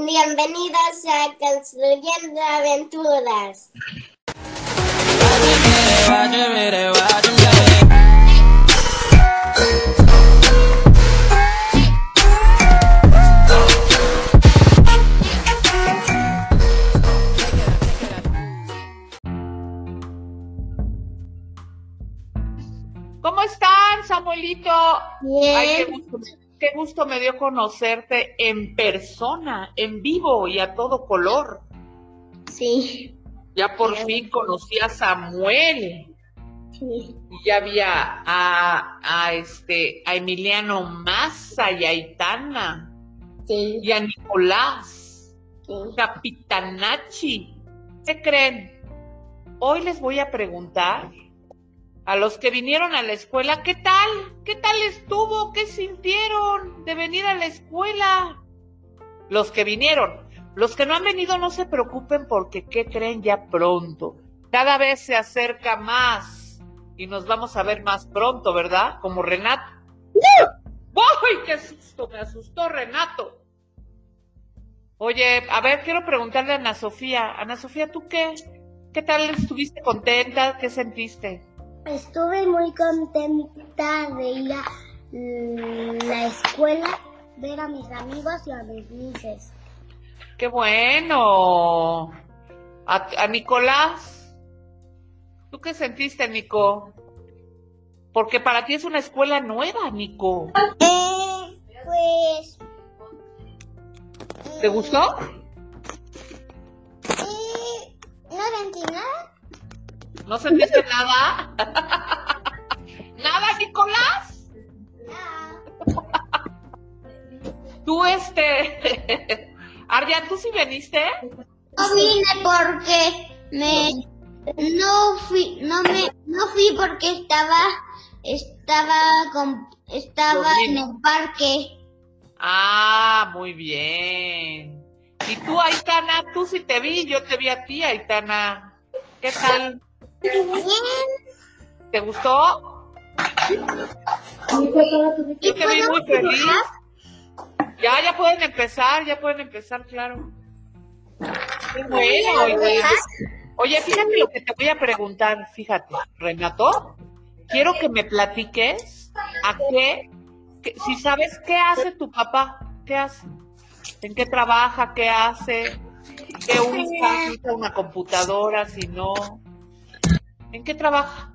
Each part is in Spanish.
Bienvenidos a Construyendo Aventuras. ¿Cómo están, Samuelito? Ay, qué, Bien. gusto, qué gusto me dio conocerte en persona, en vivo y a todo color. Sí, Ya por Bien. fin conocí a Samuel. sí. Y ya había a, a este, a Emiliano Massa y a Itana. Sí, Y a Nicolás. sí. Capitanachi. ¿Qué creen? Hoy les voy a preguntar a los que vinieron a la escuela, ¿qué tal? ¿Qué tal estuvo? ¿Qué sintieron de venir a la escuela? Los que vinieron. Los que no han venido no se preocupen porque ¿qué creen ya pronto? Cada vez se acerca más y nos vamos a ver más pronto, ¿verdad? Como Renato. ¡Ay, qué susto! Me asustó Renato. Oye, a ver, quiero preguntarle a Ana Sofía. Ana Sofía, ¿tú qué? ¿Qué tal estuviste contenta? ¿Qué sentiste? Estuve muy contenta de ir a mm, la escuela, ver a mis amigos y a mis mises. ¡Qué bueno! A, a Nicolás, ¿tú qué sentiste, Nico? Porque para ti es una escuela nueva, Nico. Eh, pues. ¿Te gustó? Sí, eh, no sentí nada. ¿No sentiste nada? ¿Nada, Nicolás? Tú, este... Arya, ¿tú sí veniste? No vine porque me no fui, no me no fui porque estaba estaba con estaba en Lloviendo. el parque. Ah, muy bien. Y tú, Aitana, tú sí te vi, yo te vi a ti, Aitana. ¿Qué tal? ¿Te gustó? Yo te vi muy feliz. Ya, ya pueden empezar, ya pueden empezar, claro. Qué bueno, oye. Oye, fíjate lo que te voy a preguntar, fíjate, Renato. Quiero que me platiques a qué, que- si sabes qué hace tu papá, qué hace, en qué trabaja, qué hace, qué usa, si usa una computadora, si no. ¿En qué trabaja?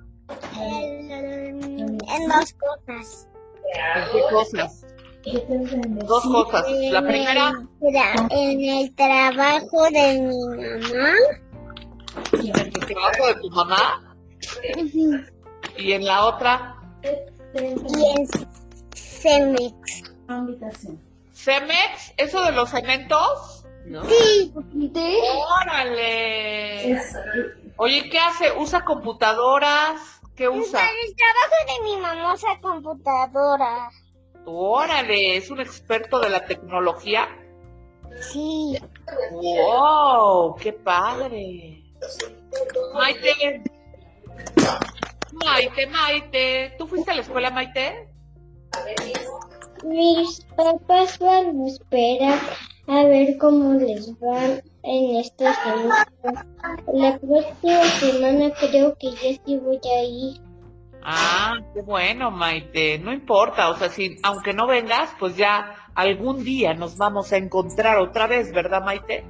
En dos cosas. ¿En qué cosas? Dos cosas. La primera, en el trabajo de mi mamá. en el trabajo de tu mamá, y en la otra, Y en Cemex. Cemex, eso de los cementos. No. ¡Órale! Oye, ¿qué hace? ¿Usa computadoras? ¿Qué usa? Para el trabajo de mi mamosa computadora. ¡Órale! Es un experto de la tecnología. Sí. ¡Wow! ¡Qué padre! Maite. Maite, Maite. ¿Tú fuiste a la escuela, Maite? Mis papás van a esperar a ver cómo les van en estos semestres. La próxima semana creo que yo sí voy a ir. Ah, qué bueno, Maite. No importa, o sea, si, aunque no vengas, pues ya algún día nos vamos a encontrar otra vez, ¿verdad, Maite?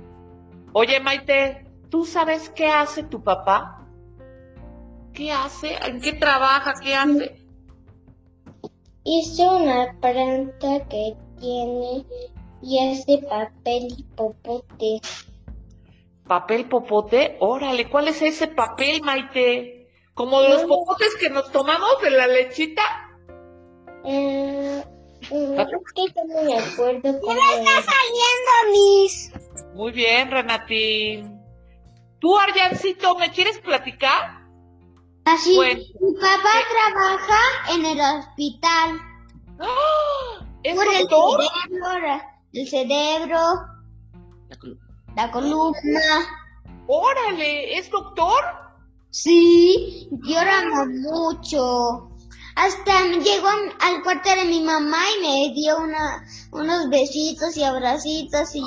Oye, Maite, ¿tú sabes qué hace tu papá? ¿Qué hace? ¿En qué trabaja? ¿Qué hace? Hizo una planta que tiene y hace papel y popote. ¿Papel popote? Órale, ¿cuál es ese papel, Maite? ¿Como los popotes que nos tomamos de la lechita? Eh, mm, es que yo no me acuerdo cómo está saliendo, mis? Muy bien, Renatín. ¿Tú, Arjancito, me quieres platicar? Así, Bueno. eh, mi papá trabaja en el hospital. ¡Ah! ¿Es Por el doctor? cerebro, el cerebro, Ah. la columna. Órale, ¿es doctor? Sí, lloramos mucho. Hasta llegó a- al cuarto de mi mamá y me dio una, unos besitos y abracitos y Ah.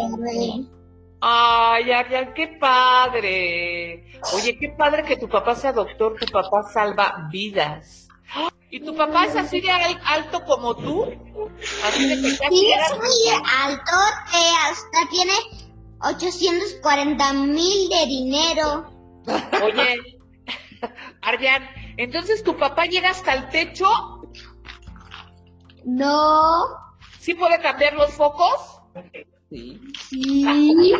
yo... me- Ay, Arián, qué padre. Oye, qué padre que tu papá sea doctor, tu papá salva vidas. ¿Y tu papá es así de al- alto como tú? Así de que casi Sí, es era- muy altote, hasta tiene 840 mil de dinero. Oye, Arián, entonces tu papá llega hasta el techo, No, ¿sí puede cambiar los focos? sí.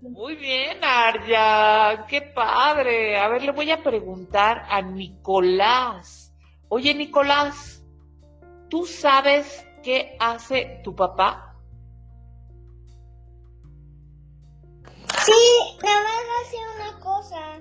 Muy bien, Arya, qué padre. A ver, le voy a preguntar a Nicolás. Oye, Nicolás, ¿tú sabes qué hace tu papá? Sí, me van a hacer una cosa.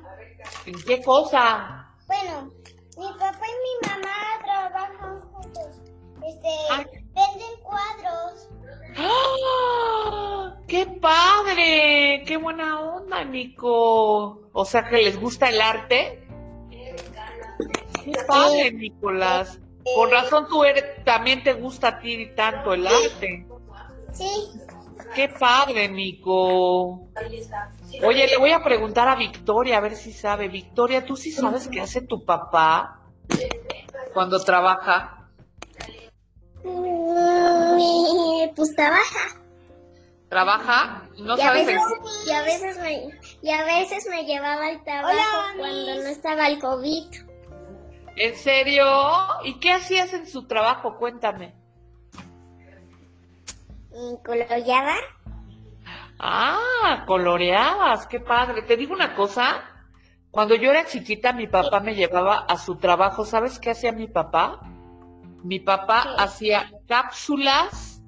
¿En qué cosa? Bueno, mi papá y mi mamá trabajan juntos. Este, Ah. venden cuadros. ¡Ah! ¡Qué padre! ¡Qué buena onda, Nico! O sea, que les gusta el arte. ¡Qué padre, Nicolás! Con razón tú eres- también te gusta a ti tanto el arte. Sí. Qué padre, Nico. Oye, le voy a preguntar a Victoria a ver si sabe. Victoria, ¿tú sí sabes qué hace tu papá cuando trabaja? Mm, Pues trabaja. ¿Trabaja? ¿No Y a, sabes? veces, en- y, a veces me, y a veces me llevaba al trabajo Hola, cuando no estaba el COVID. ¿En serio? ¿Y qué hacías en su trabajo? Cuéntame. ¿Y coloreaba? Ah, coloreabas, qué padre. Te digo una cosa, cuando yo era chiquita mi papá me llevaba a su trabajo, ¿sabes qué hacía mi papá? Mi papá hacía cápsulas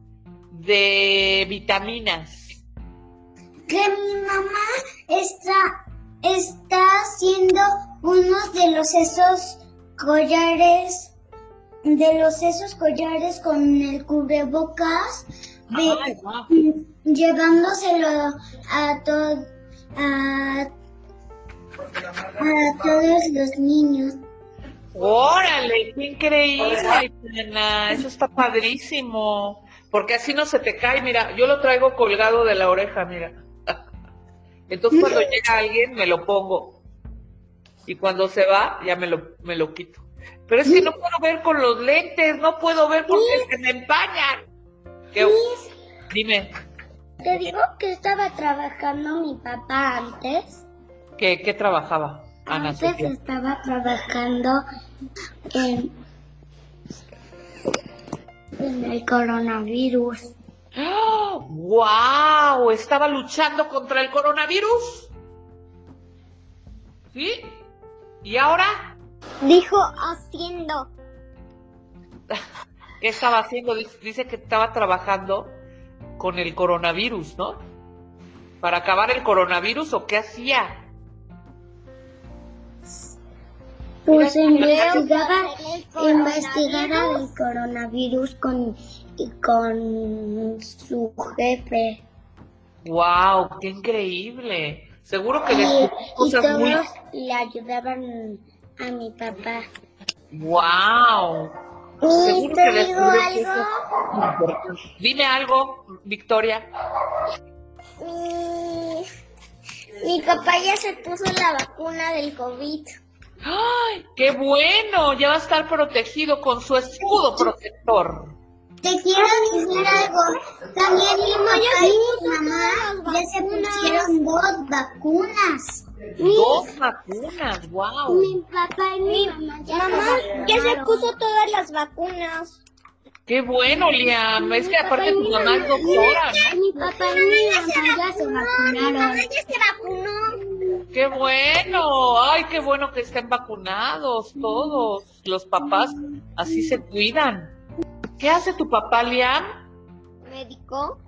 de vitaminas. que mi mamá está, está haciendo unos de los esos collares, de los esos collares con el cubrebocas, de- Ay, guau. llevándoselo a todo, a, a todos los niños. Órale, qué increíble, Aitana, Eso está padrísimo. Porque así no se te cae, mira, yo lo traigo colgado de la oreja, mira. Entonces cuando llega alguien me lo pongo. Y cuando se va, ya me lo, me lo quito. Pero es que no puedo ver con los lentes, no puedo ver porque se me empañan. ¿Qué? Dime, Te digo que estaba trabajando mi papá antes. ¿qué, qué trabajaba Ana Antes Sofía? estaba trabajando en, en el coronavirus. ¡Wow! Estaba luchando contra el coronavirus. ¿Sí? ¿Y ahora Dijo "Ah, haciendo. qué estaba haciendo? Dice- Dice que estaba trabajando con el coronavirus, ¿no? Para acabar el coronavirus o qué hacía. Pues investigaba, investigar investigaba el coronavirus con, y con su jefe. ¡Wow! ¡Qué increíble! Seguro que Y, descubrió y cosas muy todos le ayudaban a mi papá. ¡Wow! Y Seguro que te digo descubrió algo. cosas importantes. Dime algo, Victoria. Mi, mi papá ya se puso la vacuna del COVID. ¡Ay, qué bueno! Ya va a estar protegido con su escudo protector. Te quiero decir algo. También mi papá y mi mamá ya se pusieron dos vacunas. Dos vacunas, wow. papá y mi, mamá ya, se puso todas las vacunas. Qué bueno, Liam. Es que aparte tu mamá es doctora, ¿no? Mi papá y mi mamá ya se vacunaron. Mi mamá ya se vacunó. Qué bueno. Ay, qué bueno que estén vacunados todos. Los papás así se cuidan. ¿Qué hace tu papá, Liam? ¿Médico?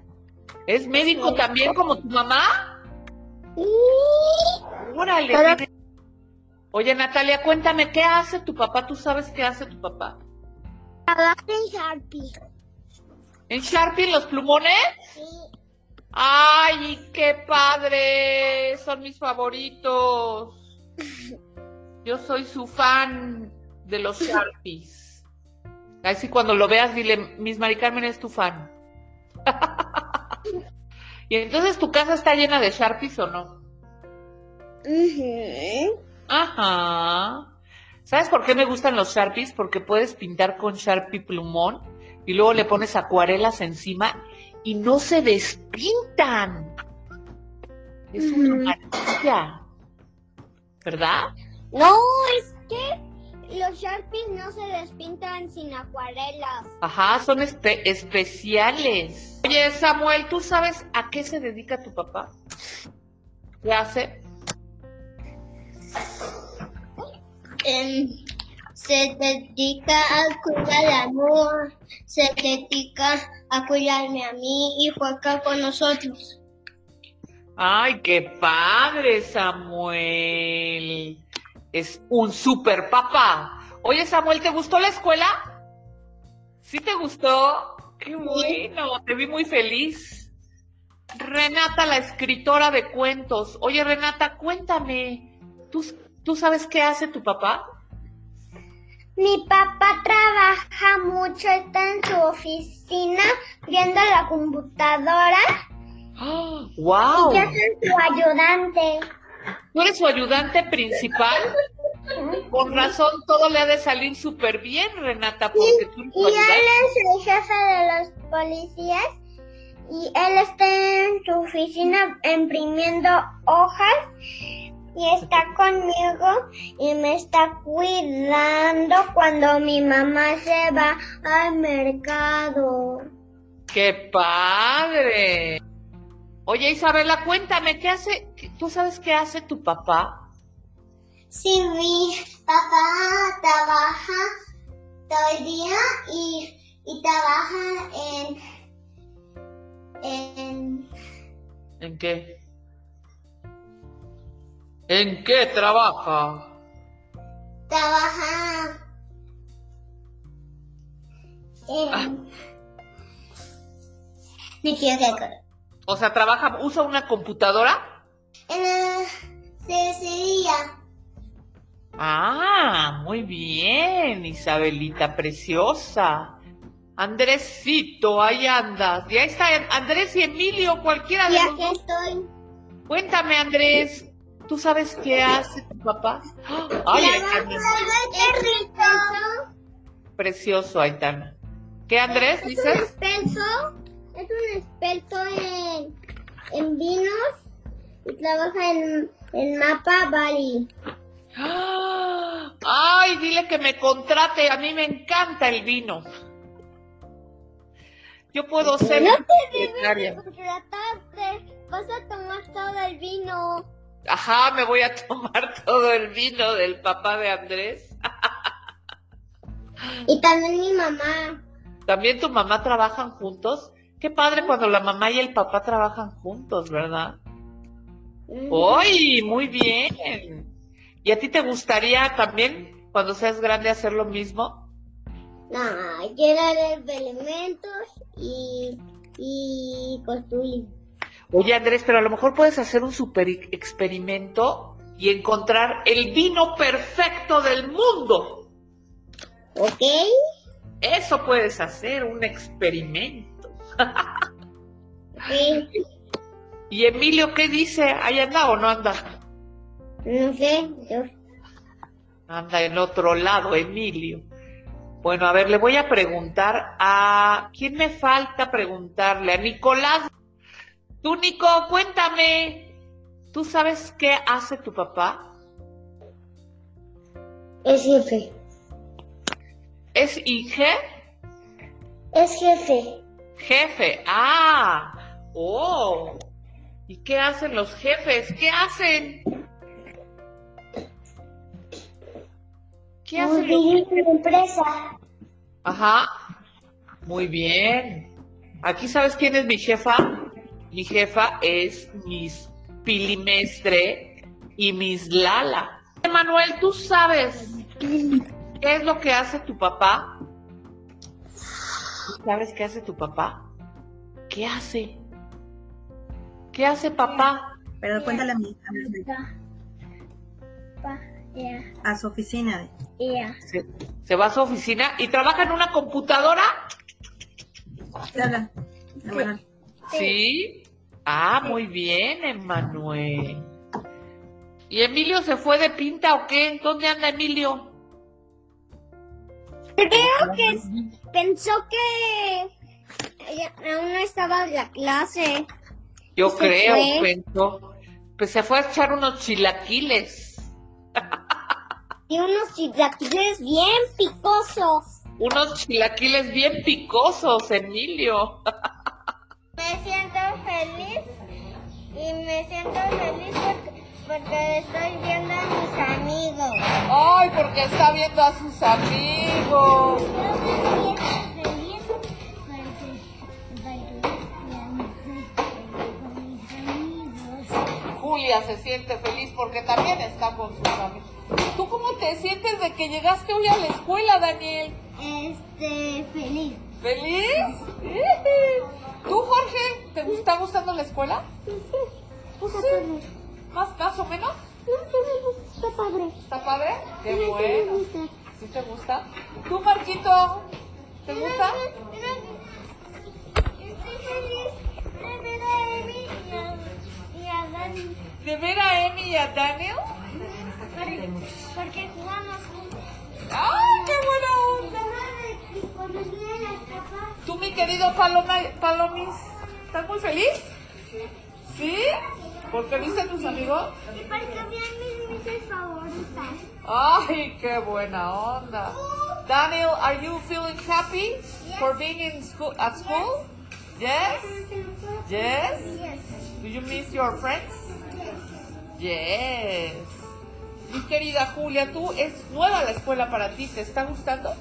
¿Es médico también como tu mamá? Órale. Pero- tiene- Oye, Natalia, cuéntame, ¿qué hace tu papá? ¿Tú sabes qué hace tu papá? Trabaja en Sharpie. ¿En Sharpie los plumones? ¡Ay, qué padre! Son mis favoritos. Yo soy su fan de los Sharpies. Así cuando lo veas, dile, Miss Mari Carmen es tu fan. y entonces, ¿tu casa está llena de Sharpies o no? Ajá. ¿Sabes por qué me gustan los Sharpies? Porque puedes pintar con Sharpie plumón y luego le pones acuarelas encima y no se despintan. Es una Ujú. maravilla. ¿Verdad? No, es que los Sharpies no se despintan sin acuarelas. Ajá, son espe- especiales. Oye, Samuel, ¿tú sabes a qué se dedica tu papá? ¿Qué hace? Em, se dedica a cuidar al amor, se dedica a cuidarme a mí y jugar con nosotros. Ay, qué padre, Samuel. Es un super papá. Oye, Samuel, ¿te gustó la escuela? ¿Sí te gustó? Qué bueno, te vi muy feliz. Renata, la escritora de cuentos. Oye, Renata, cuéntame, ¿tú, tú sabes qué hace tu papá? Mi papá trabaja mucho, está en su oficina viendo la computadora ¡Ah! ¡Wow! y yo soy su ayudante. Tú eres su ayudante principal. Con razón, todo le ha de salir súper bien, Renata, porque tú eres Y su él ayudante. es el jefe de los policías y él está en su oficina imprimiendo hojas y está conmigo y me está cuidando cuando mi mamá se va al mercado. ¡Qué padre! Oye, Isabela, cuéntame, ¿qué hace? qué- ¿Tú sabes qué hace tu papá? Sí, mi papá trabaja todo el día y, y trabaja en, en ¿En qué? ¿En qué trabaja? trabaja en me quiero recordar. O sea, trabaja, usa una computadora. en la cercería Ah, muy bien, Isabelita, preciosa. Andresito, ahí andas. Ya está Andrés y Emilio, cualquiera de y los aquí estoy Cuéntame, Andrés, ¿tú sabes qué hace tu papá? Ay, Aitana, el perrito precioso, Aitana. ¿Qué, Andrés, dices? experto es un experto en, en vinos y trabaja en el mapa Bali Ay, dile que me contrate, a mí me encanta el vino. Yo puedo ser secretaria. contratarte vas a tomar todo el vino Ajá, me voy a tomar todo el vino del papá de Andrés. y también mi mamá ¿También tu mamá trabajan juntos? Qué padre cuando la mamá y el papá trabajan juntos, ¿verdad? ¡Uy! Muy bien. ¿Y a ti te gustaría también, cuando seas grande, hacer lo mismo? No, yo era de elementos y, y construir. Oye, Andrés, pero a lo mejor puedes hacer un super experimento y encontrar el vino perfecto del mundo. ¿Ok? Eso puedes hacer, un experimento. Ok. ¿Y Emilio qué dice? ¿Ahí anda o no anda? No sé, yo. Anda en otro lado, Emilio. Bueno, a ver, le voy a preguntar a... ¿Quién me falta preguntarle? A Nicolás. Tú, Nico, cuéntame. ¿Tú sabes qué hace tu papá? Es jefe. ¿Es IG? Es jefe. Jefe. Ah, oh. ¿Y qué hacen los jefes? ¿Qué hacen? ¿Qué hacen los Construir una empresa. Ajá. Muy bien. Aquí sabes quién es mi jefa. Mi jefa es Miss Pilimestre y Miss Lala. Manuel, ¿tú sabes qué es lo que hace tu papá? ¿Tú ¿Sabes qué hace tu papá? ¿Qué hace? ¿Qué hace papá? Pero cuéntale a mi, a mi- Pa- ya, a su oficina. ya. Se, se va a su oficina y trabaja en una computadora. Te hablan. Emanuel. Sí. Ah, muy bien, Emanuel. ¿Y Emilio se fue de pinta o qué? ¿Dónde anda Emilio? Creo que pensó que ella- aún no estaba en la clase. Yo Se creo, fue. pensó. Pues se fue a echar unos chilaquiles. Y unos chilaquiles bien picosos. Unos chilaquiles bien picosos, Emilio. Me siento feliz y me siento feliz porque, estoy viendo a mis amigos. Ay, porque está viendo a sus amigos. Yo me siento feliz porque, mis amigos. Julia se siente feliz porque también está con sus amigos. ¿Tú cómo te sientes de que llegaste hoy a la escuela, Daniel? Este, feliz. ¿Feliz? ¡Ih! ¿Tú, Jorge, te está gustando la escuela? Pues sí. ¿Más, más o menos? Está padre. ¿Está padre? Qué bueno. ¿Sí te gusta? ¿Tú, Marquito? ¿Te gusta? Estoy feliz de ver a Emi y a, y a Dani ¿De ver a Emi y a Daniel? porque, porque jugamos juntos. ¡Ay, qué buena onda! Y cuando vienen a casa, ¿Tú, mi querido Paloma, Palomis, estás muy feliz? ¿Sí? ¿Por qué dicen tus amigos? y porque vean mis dulces favoritas. Ay, qué buena onda. Daniel, are you feeling happy for being in school at school? Yes. Yes. Do you miss your friends? Yes. Mi querida Julia, tú es nueva la escuela para ti, ¿te está gustando?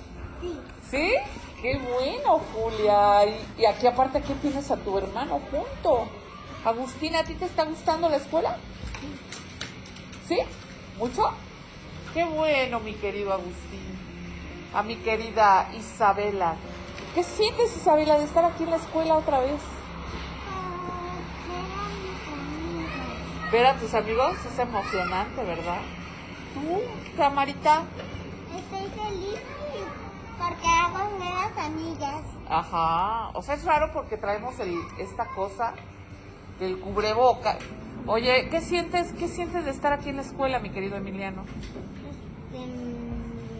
Sí. ¿Sí? Qué bueno, Julia. Y, y aquí aparte aquí tienes a tu hermano junto. Agustina, ¿a ti te está gustando la escuela? ¿Sí? ¿Mucho? Qué bueno, mi querido Agustín. A mi querida Isabela. ¿Qué sientes, Isabela, de estar aquí en la escuela otra vez? Ver a tus amigos es emocionante, ¿verdad? Tú, camarita. Estoy feliz porque hago nuevas amigas. Ajá. O sea, es raro porque traemos el- esta cosa del cubreboca. Oye, ¿qué sientes, ¿qué sientes de estar aquí en la escuela, mi querido Emiliano? Este, mm,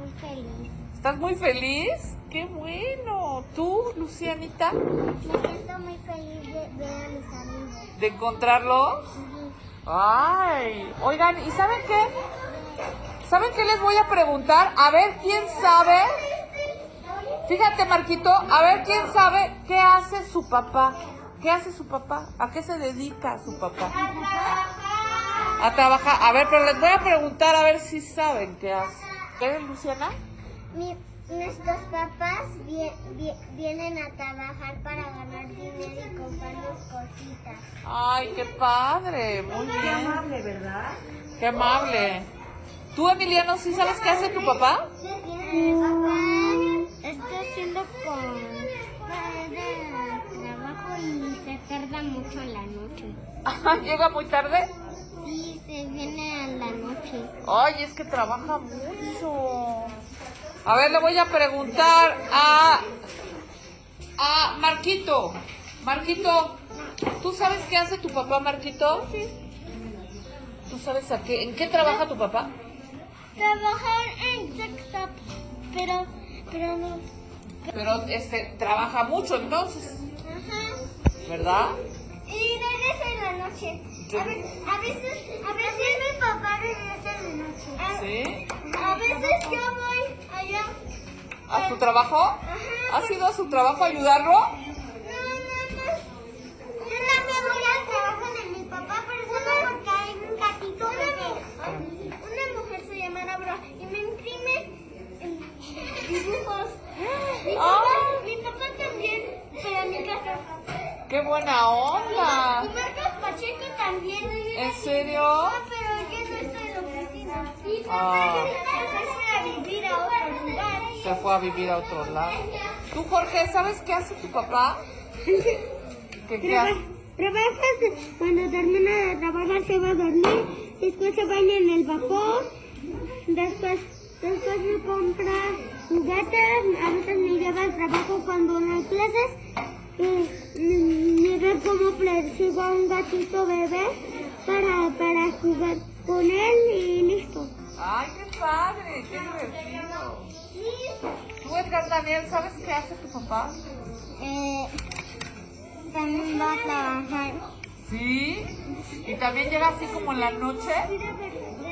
muy feliz. ¿Estás muy feliz? ¡Qué bueno! ¿Tú, Lucianita? Me siento muy feliz de ver a mis amigos. ¿De encontrarlos? Ay, oigan, ¿y saben qué? ¿Saben qué les voy a preguntar? A ver quién sabe. Fíjate, Marquito, a ver quién sabe qué hace su papá. ¿Qué hace su papá? ¿A qué se dedica su papá? A trabajar. A ver, pero les voy a preguntar a ver si saben qué hace. ¿Qué, Luciana? Mi- nuestros papás vie- vie- vienen a trabajar para ganar dinero y comprarnos cositas. Ay, qué padre. Muy Qué bien. amable, ¿verdad? Qué amable. ¿Tú, Emiliano, sí sabes qué hace tu papá? Papá Mm, está haciendo con para trabajo y se tarda mucho en la noche. Llega muy tarde. Sí, se viene a la noche. Ay, es que trabaja mucho. A ver, le voy a preguntar a, a Marquito. Marquito, ¿tú sabes qué hace tu papá, Marquito? Sí. ¿Tú sabes a qué? ¿En qué trabaja tu papá? Trabajar en sex shop, pero, pero no. Pero este trabaja mucho entonces, Ajá. ¿verdad? Y regresa en la noche. A, ve- a veces, a veces mi papá regresa en la noche. A, Sí. a veces yo voy allá. ¿A su trabajo? Ajá. ¿Ha sido a su trabajo ayudarlo? No, no, no. Yo también voy al trabajo de mi papá, pero solo porque hay un gatito bebé. Una mujer se llama Laura y me imprime eh, dibujos. Mi papá, Ah. mi papá también, para mi casa. ¡Qué buena Y onda! Marcos Pacheco también. ¿En serio? Ah, pero yo no estoy en la oficina. Mi Ah. papá se fue a vivir a otro lugar. Se fue a vivir a otro lado. Tú, Jorge, ¿sabes qué hace tu papá? ¿Qué, qué hace? Trabajas, cuando termina de trabajar se va a dormir, después se baña en el vapor, Después, después de comprar juguetes, a veces me lleva al trabajo cuando no hay clases. Y mm, me ve cómo persigo a un gatito bebé para, para jugar con él y listo. Ay, qué padre, qué divertido. Tú, Edgar Daniel, ¿sabes qué hace tu papá? Eh, también va a trabajar. Sí. Y también llega así como en la noche.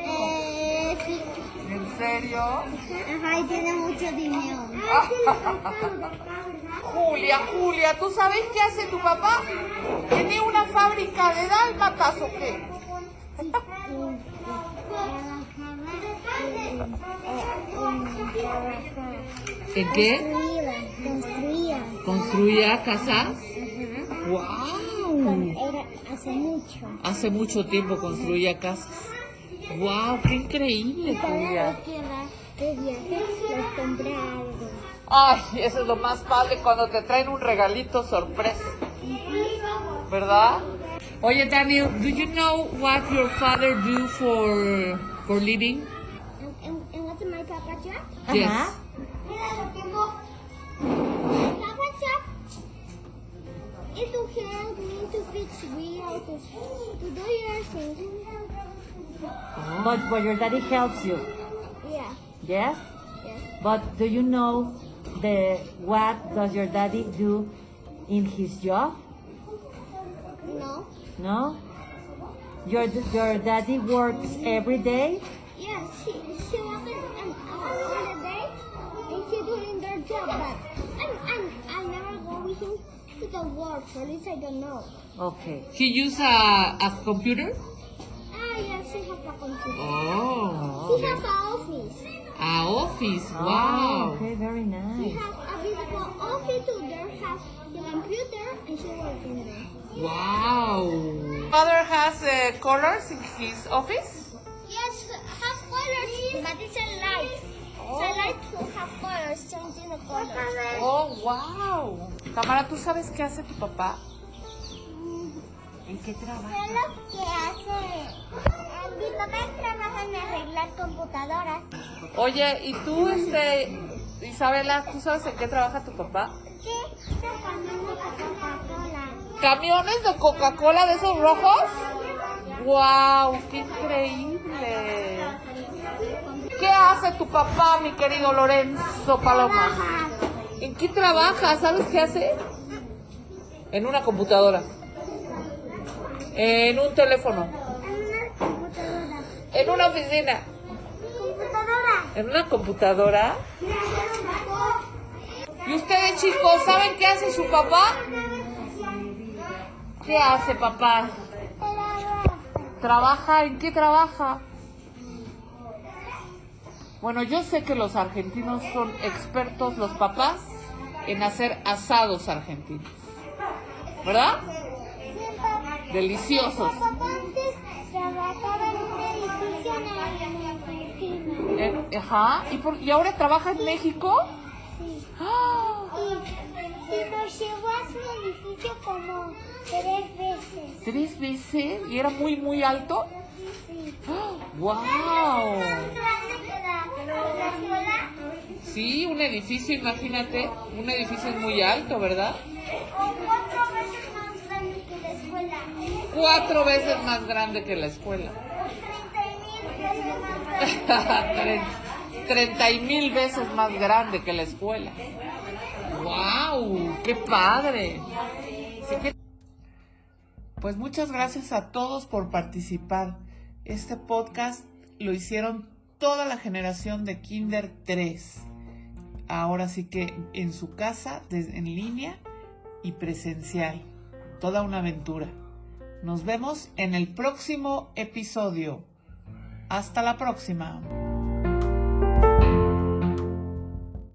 Eh, sí. ¿En serio? Ajá, y tiene mucho dinero. Julia, Julia, ¿tú sabes qué hace tu papá? ¿Tiene una fábrica de dálmatas o qué? eh, ¿En qué? Construía, ¿Construía casas? construía. ¡Wow! Era hace mucho. Hace mucho tiempo construía casas. ¡Wow! ¡Qué increíble, Cada Julia! vez que va de viaje, les compré algo. Ay, eso es lo más padre cuando te traen un regalito sorpresa. ¿Verdad? Oye, Daniel, do you know what your father do for for living? And, and, and what's in my Papa Jack? Yes. Mira lo que no. Papa Jack is to help me to fix wheels, to, to do your things. But but your daddy helps you, Yeah, yes? yeah. But do you know the what does your daddy do in his job? No. No? Your your daddy works every day? Yeah, she she was an hour on the day and she doing their job, but I'm I'm I never go with him to the work, at least I don't know. Okay. He use a, a computer? Ah yeah, she has a computer. Oh. She has an office. A office. Oh, Wow. okay, very She nice. has a beautiful office to there has the computer and she works in there. Wow. Father has uh, colors in his office? Yes, have colors, but it's a light. It's a light to have colors, changing the colors. Oh, wow. Tamara, ¿tú sabes qué hace tu papá? ¿En qué trabaja? Yo lo que hace. Mi papá trabaja en arreglar computadoras. Oye, ¿y tú, este, Isabela, tú sabes en qué trabaja tu papá? ¿Qué? Trabajando con Coca-Cola. ¿Camiones de Coca-Cola de esos rojos? ¡Wow! ¡Qué increíble! ¿Qué hace tu papá, mi querido Lorenzo Paloma? ¿En qué trabaja? ¿Sabes qué hace? En una computadora. En un teléfono. En una computadora. En una oficina. ¿Computadora? En una computadora. ¿Y ustedes, chicos, saben qué hace su papá? ¿Qué hace papá? ¿Trabaja? ¿En qué trabaja? Bueno, yo sé que los argentinos son expertos, los papás, en hacer asados argentinos. ¿Verdad? Deliciosos. Papá antes trabajaba en un edificio en Argentina. Eh, ajá. ¿Y, por- y ahora trabaja en México? Sí. ¡Ah! Y nos llevó a su edificio como tres veces. ¿Tres veces? ¿Y era muy, muy alto? Sí. ¡Wow! grande que la, que la escuela? Sí, un edificio, imagínate. Un edificio es muy alto, ¿verdad? O cuatro veces más grande que la escuela. Cuatro veces más grande que la escuela. O treinta y mil veces más grande. Treinta y mil veces más grande que la escuela. ¡Wow! ¡Qué padre! Sí que- Pues muchas gracias a todos por participar. Este podcast lo hicieron toda la generación de Kinder 3. Ahora sí que en su casa, des- en línea y presencial. Toda una aventura. Nos vemos en el próximo episodio. Hasta la próxima.